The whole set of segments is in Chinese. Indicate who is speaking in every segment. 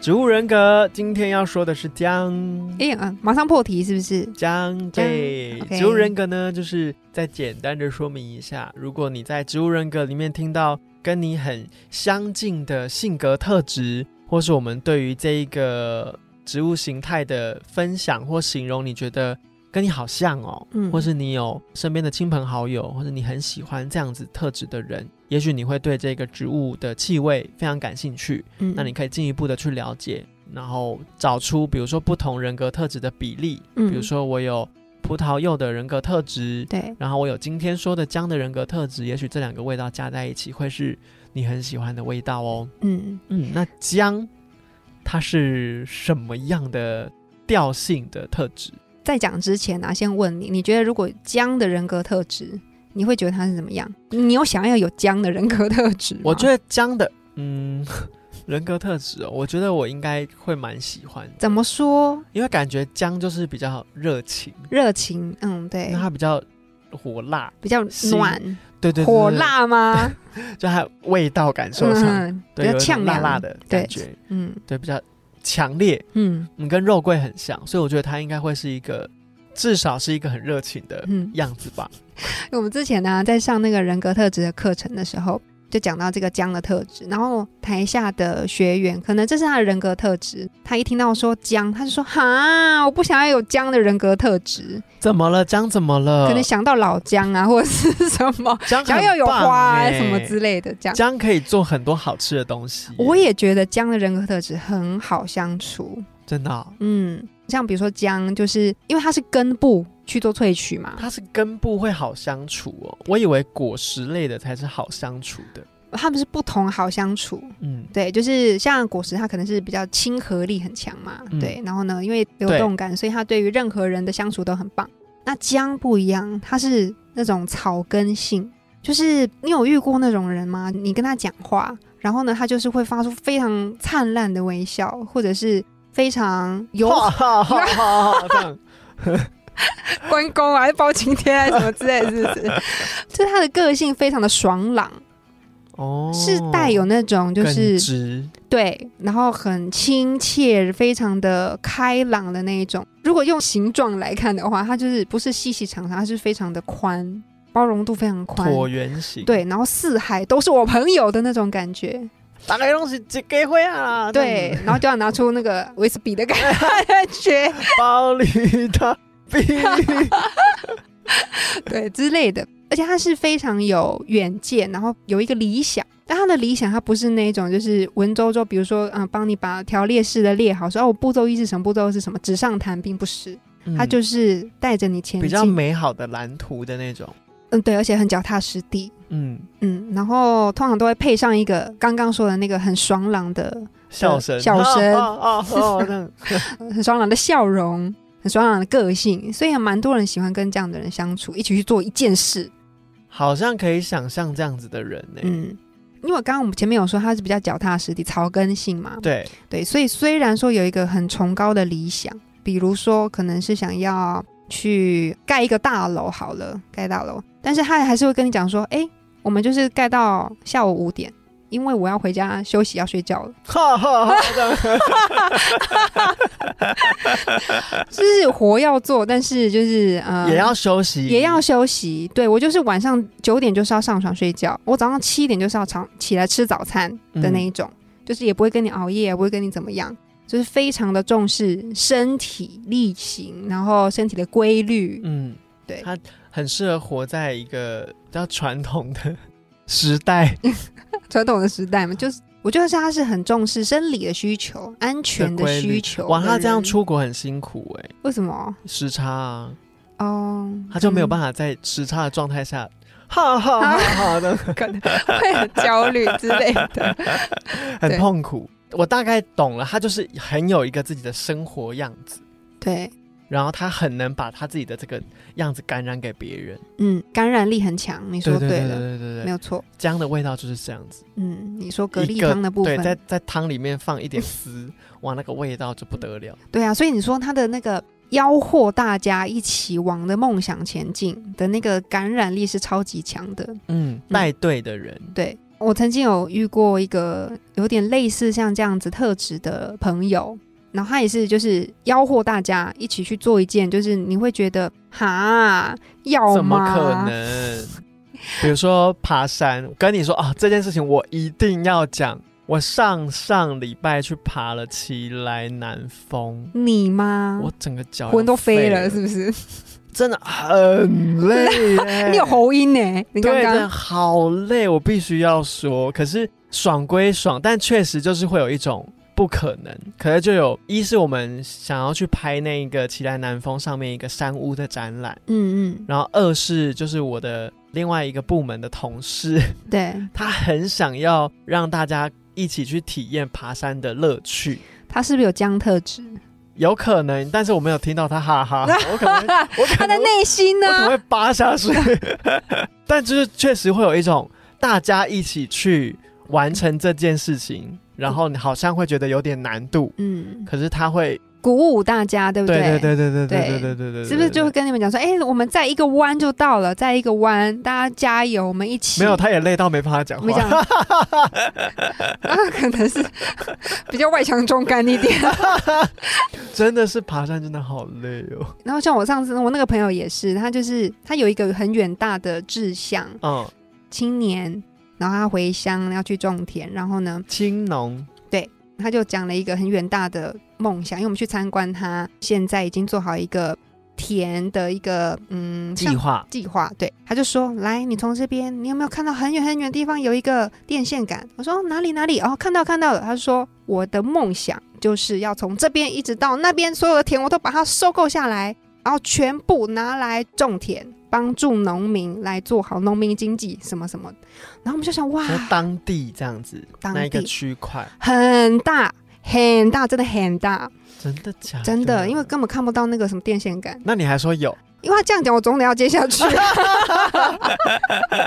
Speaker 1: 植物人格，今天要说的是姜
Speaker 2: 哎呀、啊马上破题是不是？
Speaker 1: 姜对
Speaker 2: 姜，，OK
Speaker 1: 植物人格呢，就是再简单的说明一下，如果你在植物人格里面听到跟你很相近的性格特质，或是我们对于这一个植物形态的分享或形容，你觉得跟你好像哦，
Speaker 2: 嗯
Speaker 1: 或是你有身边的亲朋好友，或者你很喜欢这样子特质的人，也许你会对这个植物的气味非常感兴趣。
Speaker 2: 嗯
Speaker 1: 那你可以进一步的去了解，然后找出比如说不同人格特质的比例，
Speaker 2: 嗯
Speaker 1: 比如说我有葡萄柚的人格特质，
Speaker 2: 对，
Speaker 1: 然后我有今天说的姜的人格特质，也许这两个味道加在一起会是你很喜欢的味道哦。
Speaker 2: 嗯，
Speaker 1: 嗯，那姜它是什么样的调性的特质？
Speaker 2: 在讲之前啊，先问你，你觉得如果姜的人格特质，你会觉得他是怎么样？你有想要有姜的人格特质吗？
Speaker 1: 我觉得姜的嗯 人格特质、哦，我觉得我应该会蛮喜欢的，
Speaker 2: 怎么说
Speaker 1: 因为感觉姜就是比较热情，
Speaker 2: 热情，嗯，对
Speaker 1: 那，它比较哎火辣。
Speaker 2: 比较
Speaker 1: 心
Speaker 2: 暖，
Speaker 1: 对对对
Speaker 2: 火，
Speaker 1: 对
Speaker 2: 辣吗？
Speaker 1: 对就它味道感受上，
Speaker 2: 嗯，比
Speaker 1: 对，有
Speaker 2: 较
Speaker 1: 一种
Speaker 2: 呛
Speaker 1: 辣
Speaker 2: 凉
Speaker 1: 辣，的感觉，
Speaker 2: 嗯
Speaker 1: 对，比较强烈，
Speaker 2: 嗯
Speaker 1: 嗯，跟肉桂很像，所以我觉得它应该会是一个，至少是一个很热情的
Speaker 2: 嗯。
Speaker 1: 样子吧。
Speaker 2: 我们之前呢、在上那个人格特质的课程的时候，就讲到这个姜的特质，然后台下的学员可能这是他的人格特质，他一听到说姜，他就说哈，我不想要有姜的人格特质，
Speaker 1: 怎么了，姜？怎么了？
Speaker 2: 可能想到老姜啊， 或者是什么，
Speaker 1: 姜
Speaker 2: 想
Speaker 1: 嗯很
Speaker 2: 要有
Speaker 1: 棒
Speaker 2: 花、啊、
Speaker 1: 欸
Speaker 2: 什么之类的这样。
Speaker 1: 姜可以做很多好吃的东西。
Speaker 2: 我也觉得姜的人格特质很好相处，
Speaker 1: 真的哦、
Speaker 2: 嗯，像比如说姜，就是因为它是根部去做萃取嘛，
Speaker 1: 它是根部会好相处哦。我以为果实类的才是好相处的。
Speaker 2: 它们是不同好相处，
Speaker 1: 嗯，
Speaker 2: 对，就是像果实，它可能是比较亲和力很强嘛，
Speaker 1: 嗯
Speaker 2: 对。然后呢，因为流动感，所以它对于任何人的相处都很棒。那姜不一样，它是那种草根性，就是你有遇过那种人吗？你跟他讲话，然后呢，他就是会发出非常灿烂的微笑，或者是非常友
Speaker 1: 哇哈哈哈哈这 样
Speaker 2: 关公啊，还是包青天啊什么之类的，是不是？ 就是他的个性非常的爽朗，
Speaker 1: 哦，
Speaker 2: 是带有那种就是
Speaker 1: 耿直
Speaker 2: 对，然后很亲切，非常的开朗的那一种。如果用形状来看的话，它就是不是细细长长，它是非常的宽，包容度非常宽。
Speaker 1: 椭圆形。
Speaker 2: 对，然后四海都是我朋友的那种感觉，
Speaker 1: 大概东西只给会啊。这样
Speaker 2: 对
Speaker 1: 子，，
Speaker 2: 然后就要拿出那个威士比的感觉，
Speaker 1: 包里的 冰。
Speaker 2: 对之类的。而且他是非常有远见，然后有一个理想，但他的理想他不是那种就是文绉绉，比如说嗯，帮你把条列式的列好，说哦，我步骤一是什么，步骤二是什么，纸上谈兵不是。他
Speaker 1: 嗯
Speaker 2: 就是带着你前
Speaker 1: 比较
Speaker 2: 进，
Speaker 1: 美好的蓝图的那种。
Speaker 2: 嗯，对，而且很脚踏实地，
Speaker 1: 嗯，
Speaker 2: 嗯，然后通常都会配上一个刚刚说的那个很爽朗的、
Speaker 1: 笑声，
Speaker 2: 笑声
Speaker 1: 哦哦哦哦，这样
Speaker 2: 呃很爽朗的笑容，很爽朗的个性，所以还蛮多人喜欢跟这样的人相处，一起去做一件事，
Speaker 1: 好像可以想象这样子的人欸呢。
Speaker 2: 嗯。因为刚刚我们前面有说他是比较脚踏实地、草根性嘛，
Speaker 1: 对，
Speaker 2: 对，所以虽然说有一个很崇高的理想，比如说可能是想要去盖一个大楼好了，盖大楼，但是他还是会跟你讲说，哎，我们就是盖到下午五点，因为我要回家休息要睡觉了，
Speaker 1: 哈哈
Speaker 2: 嗯
Speaker 1: 哈，这样
Speaker 2: 就是有活要做，但是就是呃
Speaker 1: 也要休息，
Speaker 2: 也要休息。对我就是晚上九点就是要上床睡觉，我早上七点就是要长起来吃早餐的
Speaker 1: 嗯
Speaker 2: 那一种，就是也不会跟你熬夜，也不会跟你怎么样，就是非常的重视身体力行，然后身体的规律。
Speaker 1: 嗯，
Speaker 2: 对
Speaker 1: 他很适合活在一个比较传统的时代
Speaker 2: 传统的时代嘛，就是我觉得是他是很重视生理的需求、安全的
Speaker 1: 规律
Speaker 2: 需求的人。
Speaker 1: 哇，他这样出国很辛苦哎、
Speaker 2: 为什么？
Speaker 1: 时差啊，
Speaker 2: 哦，
Speaker 1: 他就没有办
Speaker 2: 法，
Speaker 1: 法在时差的状态下，哈哈哈哈的，
Speaker 2: 可能会很焦虑之类 的。
Speaker 1: 很
Speaker 2: 对
Speaker 1: 痛苦。我大概懂了，他就是很有一个自己的生活样子。
Speaker 2: 对，
Speaker 1: 然后他很能把他自己的这个样子感染给别人。
Speaker 2: 嗯，感染力很强，你说
Speaker 1: 对对
Speaker 2: 了，
Speaker 1: 对对
Speaker 2: 没
Speaker 1: 对，
Speaker 2: 有错。
Speaker 1: 姜的味道就是这样子。
Speaker 2: 嗯，你说蛤
Speaker 1: 一
Speaker 2: 蜊
Speaker 1: 个
Speaker 2: 汤的部
Speaker 1: 对，
Speaker 2: 分，
Speaker 1: 在在汤里面放一点丝，哇，那个味道就不得了。
Speaker 2: 对啊，所以你说他的那个吆喝大家一起往的梦想前进的那个感染力是超级强的。
Speaker 1: 嗯，带队的人，
Speaker 2: 对我曾经有遇过一个有点类似像这样子特质的朋友，然后他也是就是吆喝大家一起去做一件，就是你会觉得哈要
Speaker 1: 怎么
Speaker 2: 吗？
Speaker 1: 可能？比如说爬山，我跟你说啊，这件事情我一定要讲。我上上礼拜去爬了奇来南峰，
Speaker 2: 你吗？
Speaker 1: 我整个脚
Speaker 2: 啊魂都飞
Speaker 1: 飞
Speaker 2: 了，是不是？
Speaker 1: 真的很累 耶。
Speaker 2: 你有喉音呢、你刚嗯
Speaker 1: 对，真的
Speaker 2: 刚
Speaker 1: 好累，我必须要说。可是爽归爽，但确实就是会有一种不可能。可能就有一是我们想要去拍那个奇来南峰上面一个山屋的展览，
Speaker 2: 嗯嗯，
Speaker 1: 然后二是就是我的另外一个部门的同事，
Speaker 2: 对，
Speaker 1: 他很想要让大家一起去体验爬山的乐趣。
Speaker 2: 他是不是有姜特质？
Speaker 1: 有可能，但是我没有听到他哈哈，我可能会我 可
Speaker 2: 他的
Speaker 1: 能会
Speaker 2: 内心呢
Speaker 1: 我可？能会扒下 去，但就是确实会有一种大家一起去完成这件事情，然后你好像会觉得有点难度，
Speaker 2: 嗯，
Speaker 1: 可是他会，
Speaker 2: 鼓舞大家，对不
Speaker 1: 对
Speaker 2: 对
Speaker 1: 对对对
Speaker 2: 对
Speaker 1: 对对对对对，
Speaker 2: 是不是就会
Speaker 1: 对
Speaker 2: 跟你们讲说，哎、我们在一个弯就到了，在一个弯，大家加油，我们一起。
Speaker 1: 没有？他也累到没办法讲
Speaker 2: 我们讲，
Speaker 1: 话，
Speaker 2: 那 可能是比较外强中干一点。
Speaker 1: 真的是爬山真的好累哦。
Speaker 2: 然后像我上次，我那个朋友也是，他就是他有一个很远大的志向，
Speaker 1: 嗯，
Speaker 2: 青年，然后他回乡要去种田，然后呢，
Speaker 1: 青农，
Speaker 2: 他就讲了一个很远大的梦想，因为我们去参观他现在已经做好一个田的一个嗯
Speaker 1: 计
Speaker 2: 像
Speaker 1: 划，
Speaker 2: 计划，对，他就说：“来，你从这边，你有没有看到很远很远的地方有一个电线杆？”我说：“哪里哪里？”哦，看到看到了。他说：“我的梦想就是要从这边一直到那边，所有的田我都把它收购下来，然后全部拿来种田，帮助农民来做好农民经济什么什么。”然后我们就想：“哇，
Speaker 1: 就当地这样子，
Speaker 2: 当
Speaker 1: 那一个
Speaker 2: 地
Speaker 1: 区块，
Speaker 2: 很大很大，真的很大，
Speaker 1: 真的假的？
Speaker 2: 真的，因为根本看不到那个什么电线杆。”
Speaker 1: 那你还说有，
Speaker 2: 因为他这样讲，我总得要接下去。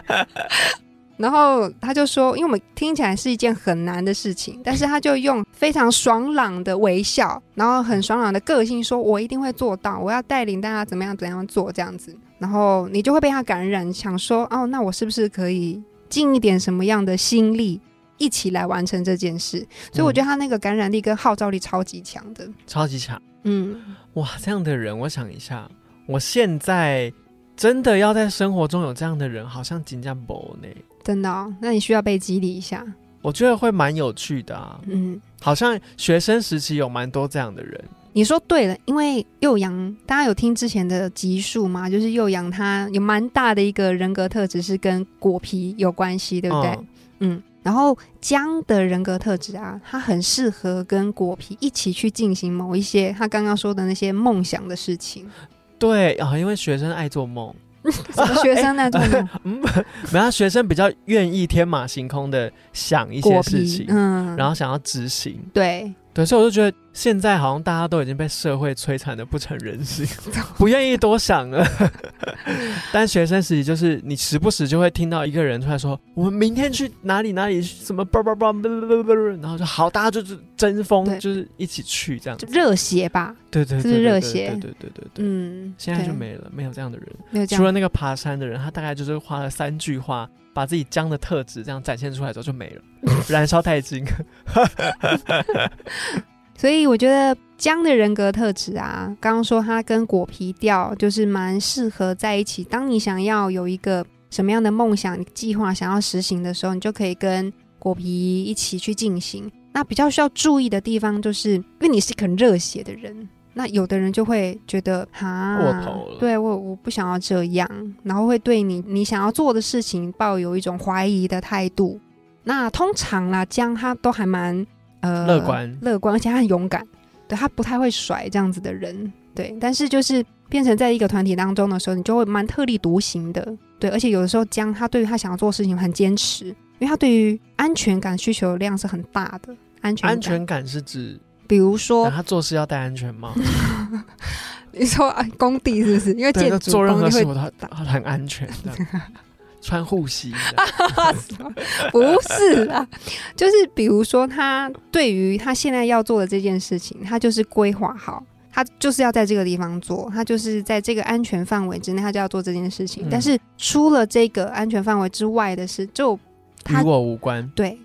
Speaker 2: 然后他就说，因为我们听起来是一件很难的事情，但是他就用非常爽朗的微笑，然后很爽朗的个性说：“我一定会做到，我要带领大家怎么样怎么样做这样子。”然后你就会被他感染，想说：“哦，那我是不是可以尽一点什么样的心力，一起来完成这件事？”所以我觉得他那个感染力跟号召力超级强的。
Speaker 1: 超级强。
Speaker 2: 嗯，
Speaker 1: 哇，这样的人，我想一下，我现在真的要在生活中有这样的人，好像金家博呢。
Speaker 2: 真的、哦，那你需要被激励一下。
Speaker 1: 我觉得会蛮有趣的啊，
Speaker 2: 嗯。
Speaker 1: 好像学生时期有蛮多这样的人，
Speaker 2: 你说对了，因为幼阳，大家有听之前的集数吗？就是幼阳他有蛮大的一个人格特质是跟果皮有关系，对不对？
Speaker 1: 嗯
Speaker 2: 嗯，然后姜的人格特质啊，它很适合跟果皮一起去进行某一些他刚刚说的那些梦想的事 情。
Speaker 1: 对啊，因为学生爱做梦，
Speaker 2: 什么学生 那种
Speaker 1: 嗯，然后学生比较愿意天马行空的想一些
Speaker 2: 果
Speaker 1: 事
Speaker 2: 皮
Speaker 1: 情，，
Speaker 2: 嗯，
Speaker 1: 然后想要执行。
Speaker 2: 对，
Speaker 1: 对，所以我就觉得现在好像大家都已经被社会摧残的不成人形， 不愿意多想了。 但学生时期就是你时不时就会听到一个人出来说：“我们明天去哪里哪里什么叭叭叭叭叭叭，然后就好，大家就是争锋，
Speaker 2: 对
Speaker 1: 就是一起去这样子
Speaker 2: 就。热血吧，
Speaker 1: 对”对对
Speaker 2: 就
Speaker 1: 对，
Speaker 2: 是热
Speaker 1: 对对
Speaker 2: 血
Speaker 1: 对对对对对。
Speaker 2: 嗯，
Speaker 1: 现在就
Speaker 2: 对
Speaker 1: 没了，没有这样的人。
Speaker 2: 没有这
Speaker 1: 除
Speaker 2: 样，
Speaker 1: 了那个爬山的人，他大概就是花了三句话，把自己僵的特质这样展现出来之后就没了， 燃烧殆尽。
Speaker 2: 所以我觉得姜的人格特质啊，刚刚说它跟果皮调就是蛮适合在一起。当你想要有一个什么样的梦想、计划想要实行的时候，你就可以跟果皮一起去进行。那比较需要注意的地方，就是因为你是一个很热血的人，那有的人就会觉得哈，
Speaker 1: 过头了
Speaker 2: 对我我不想要这样，然后会对你你想要做的事情抱有一种怀疑的态度。那通常啦，姜他都还蛮呃
Speaker 1: 乐观
Speaker 2: 乐观，而且他很勇敢，对他不太会甩这样子的人，对。但是就是变成在一个团体当中的时候，你就会蛮特立独行的，对。而且有的时候姜他对于他想要做的事情很坚持，因为他对于安全感需求量是很大的。 安全感，
Speaker 1: 安全感是指
Speaker 2: 比如
Speaker 1: 那
Speaker 2: 说
Speaker 1: 他做事要戴安全帽。
Speaker 2: 你说啊，工地是不是？因为
Speaker 1: 对，
Speaker 2: 建
Speaker 1: 就
Speaker 2: 筑
Speaker 1: 做任何
Speaker 2: 工地
Speaker 1: 事
Speaker 2: 会
Speaker 1: 我都很很安全的，穿护膝这样。
Speaker 2: 不是啦，就是比如说他对于他现在要做的这件事情，他就是规划好，他就是要在这个地方做，他就是在这个安全范围之内，他就要做这件事情。
Speaker 1: 嗯
Speaker 2: 但是出了这个安全范围之外的事，就
Speaker 1: 与
Speaker 2: 他
Speaker 1: 我无关，
Speaker 2: 对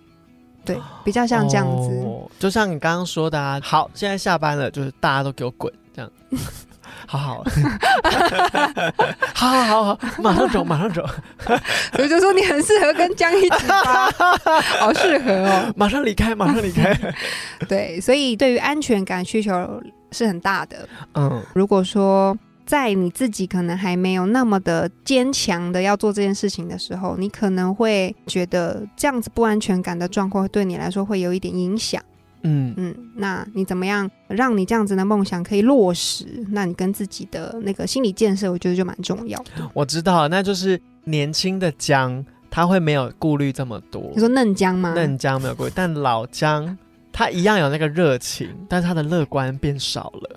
Speaker 2: 对，比较像这样子。
Speaker 1: 哦就像你刚刚说的啊，好，现在下班了，就是大家都给我滚，这样，好好，好好好好，马上走，马上走，
Speaker 2: 所以就说你很适合跟江一起 吧，好适合哦。
Speaker 1: 马上离开，马上离开。
Speaker 2: 对，所以对于安全感需求是很大的。
Speaker 1: 嗯，
Speaker 2: 如果说在你自己可能还没有那么的坚强的要做这件事情的时候，你可能会觉得这样子不安全感的状况对你来说会有一点影响。
Speaker 1: 嗯，
Speaker 2: 嗯，那你怎么样让你这样子的梦想可以落实？那你跟自己的那个心理建设，我觉得就蛮重要的。
Speaker 1: 我知道了，那就是年轻的姜，他会没有顾虑这么多
Speaker 2: 你，说嫩姜吗？
Speaker 1: 嫩姜没有顾虑，但老姜他一样有那个热情，但是他的乐观变少了。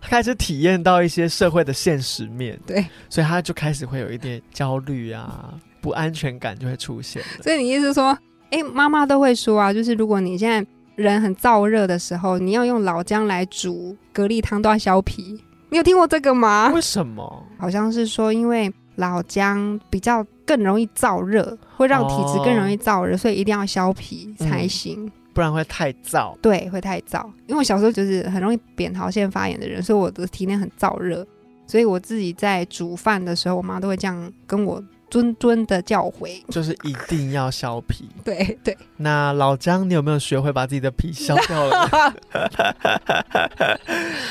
Speaker 1: 他开始体验到一些社会的现实面，
Speaker 2: 对，
Speaker 1: 所以他就开始会有一点焦虑啊，不安全感就会出现了。
Speaker 2: 所以你意思是说，哎，妈妈都会说啊，就是如果你现在人很燥热的时候，你要用老姜来煮蛤蜊汤都要削皮。你有听过这个吗？
Speaker 1: 为什么？
Speaker 2: 好像是说，因为老姜比较更容易燥热，会让体质更容易燥热，所以一定要削皮才行。
Speaker 1: 不然会太燥。
Speaker 2: 对，会太燥。因为我小时候就是很容易扁桃腺发炎的人，所以我的体内很燥热，所以我自己在煮饭的时候，我妈都会这样跟我谆谆的教诲。
Speaker 1: 就是一定要削皮。
Speaker 2: 对对，
Speaker 1: 那老姜，你有没有学会把自己的皮削 掉了？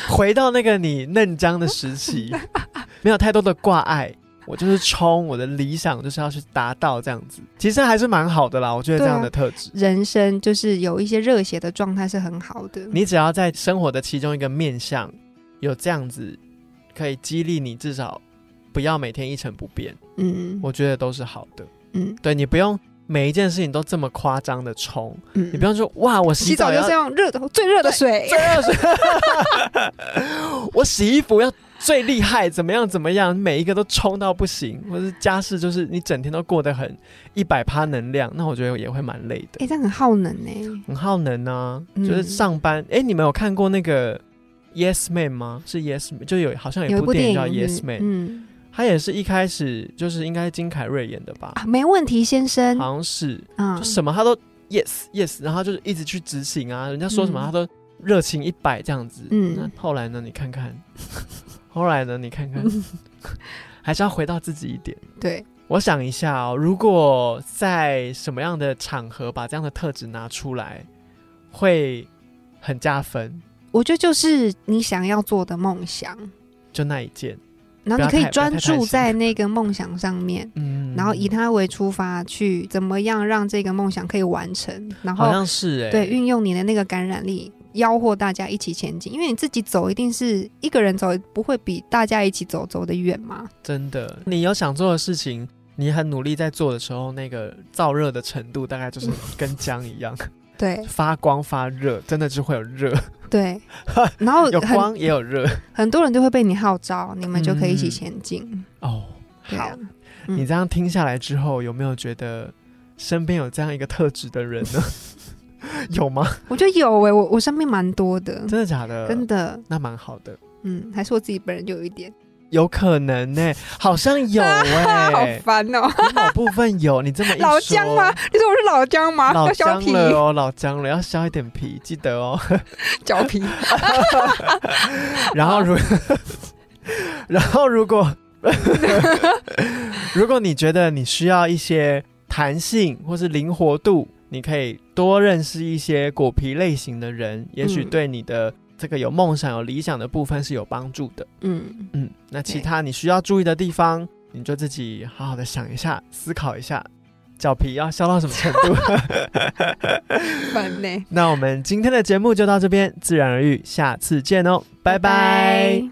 Speaker 1: 回到那个你嫩姜的时期，没有太多的挂碍，我就是冲我的理想，就是要去达到这样子。其实还是蛮好的啦，我觉得这样的特质。
Speaker 2: 人生就是有一些热血的状态是很好的。
Speaker 1: 你只要在生活的其中一个面向有这样子，可以激励你，至少不要每天一成不变，
Speaker 2: 嗯
Speaker 1: 我觉得都是好的。
Speaker 2: 嗯
Speaker 1: 对你不用每一件事情都这么夸张的冲，
Speaker 2: 嗯，
Speaker 1: 你不用说哇，我洗
Speaker 2: 洗
Speaker 1: 澡
Speaker 2: 澡
Speaker 1: 要
Speaker 2: 就是要用热的最热的水。
Speaker 1: 最二十，我洗衣服要最厉害，怎么样怎么样，每一个都冲到不行，或是家事就是你整天都过得很一百趴能量，那我觉得也会蛮累的，
Speaker 2: 哎、这样很耗能呢、
Speaker 1: 很耗能啊。
Speaker 2: 嗯
Speaker 1: 就是上班，哎、你们有看过那个 Yes Man 吗？是 Yes，Man，就有好像
Speaker 2: 有一
Speaker 1: 有一部
Speaker 2: 部电影
Speaker 1: 电影叫 Yes
Speaker 2: 是
Speaker 1: Man，
Speaker 2: 嗯
Speaker 1: 他也是一开始就是应该是金凯瑞演的吧，
Speaker 2: 啊，没问题，先生
Speaker 1: 好像是，
Speaker 2: 啊
Speaker 1: 就，什么他都 Yes Yes，然后就是一直去执行啊，人家说什么
Speaker 2: 嗯
Speaker 1: 他都热情一百这样子。
Speaker 2: 嗯
Speaker 1: 那后来呢？你看看， 后来呢？你 看看，还是要回到自己一点。
Speaker 2: 对，
Speaker 1: 我想一下哦，如果在什么样的场合把这样的特质拿出来，会很加分。
Speaker 2: 我觉得就是你想要做的梦想，
Speaker 1: 就那一件，
Speaker 2: 然后你
Speaker 1: 不
Speaker 2: 可
Speaker 1: 要
Speaker 2: 以
Speaker 1: 太
Speaker 2: 专
Speaker 1: 不要太
Speaker 2: 注
Speaker 1: 贪心
Speaker 2: 在那个梦想上面，
Speaker 1: 嗯，
Speaker 2: 然后以它为出发去怎么样让这个梦想可以完成，然
Speaker 1: 好
Speaker 2: 后
Speaker 1: 像是哎、
Speaker 2: 对，运用你的那个感染力。吆喝大家一起前进，因为你自己走一定是一个人走，不会比大家一起走走得远嘛。
Speaker 1: 真的，你有想做的事情，你很努力在做的时候，那个燥热的程度大概就是跟姜一样。
Speaker 2: 对
Speaker 1: 发光发热，真的就会有热，
Speaker 2: 对，然后
Speaker 1: 有
Speaker 2: 很
Speaker 1: 光也有热。
Speaker 2: 很多人就会被你号召，你们就可以一起
Speaker 1: 嗯
Speaker 2: 前进。
Speaker 1: 哦，
Speaker 2: 对啊
Speaker 1: 好，，你这样听下来之后，有没有觉得身边有这样一个特质的人呢？ 有吗？
Speaker 2: 我觉得有诶、我我身边蛮多的，
Speaker 1: 真的假的？
Speaker 2: 真，的，
Speaker 1: 那蛮好的，
Speaker 2: 嗯，还是我自己本人就有一点，
Speaker 1: 有可能呢、好像 有
Speaker 2: 啊，好
Speaker 1: 哎、
Speaker 2: 烦哦、
Speaker 1: 某部分有。你这么一说，
Speaker 2: 老姜吗？你说我是老姜吗？
Speaker 1: 老
Speaker 2: 要削
Speaker 1: 姜
Speaker 2: 皮，
Speaker 1: 了哦，老姜了，要削一点皮，记得哦。
Speaker 2: 脚皮，
Speaker 1: 然后如， 然后如果， 如果你觉得你需要一些弹性或是灵活度，你可以多认识一些果皮类型的人，也许
Speaker 2: 嗯
Speaker 1: 对你的这个有梦想、有理想的部分是有帮助的。
Speaker 2: 嗯，
Speaker 1: 嗯，那其
Speaker 2: 对
Speaker 1: 他你需要注意的地方，你就自己好好的想一下，思考一下。脚皮要削到什么程 度？
Speaker 2: 烦呢、
Speaker 1: 那我们今天的节目就到这边，自然而愈，下次见哦，拜拜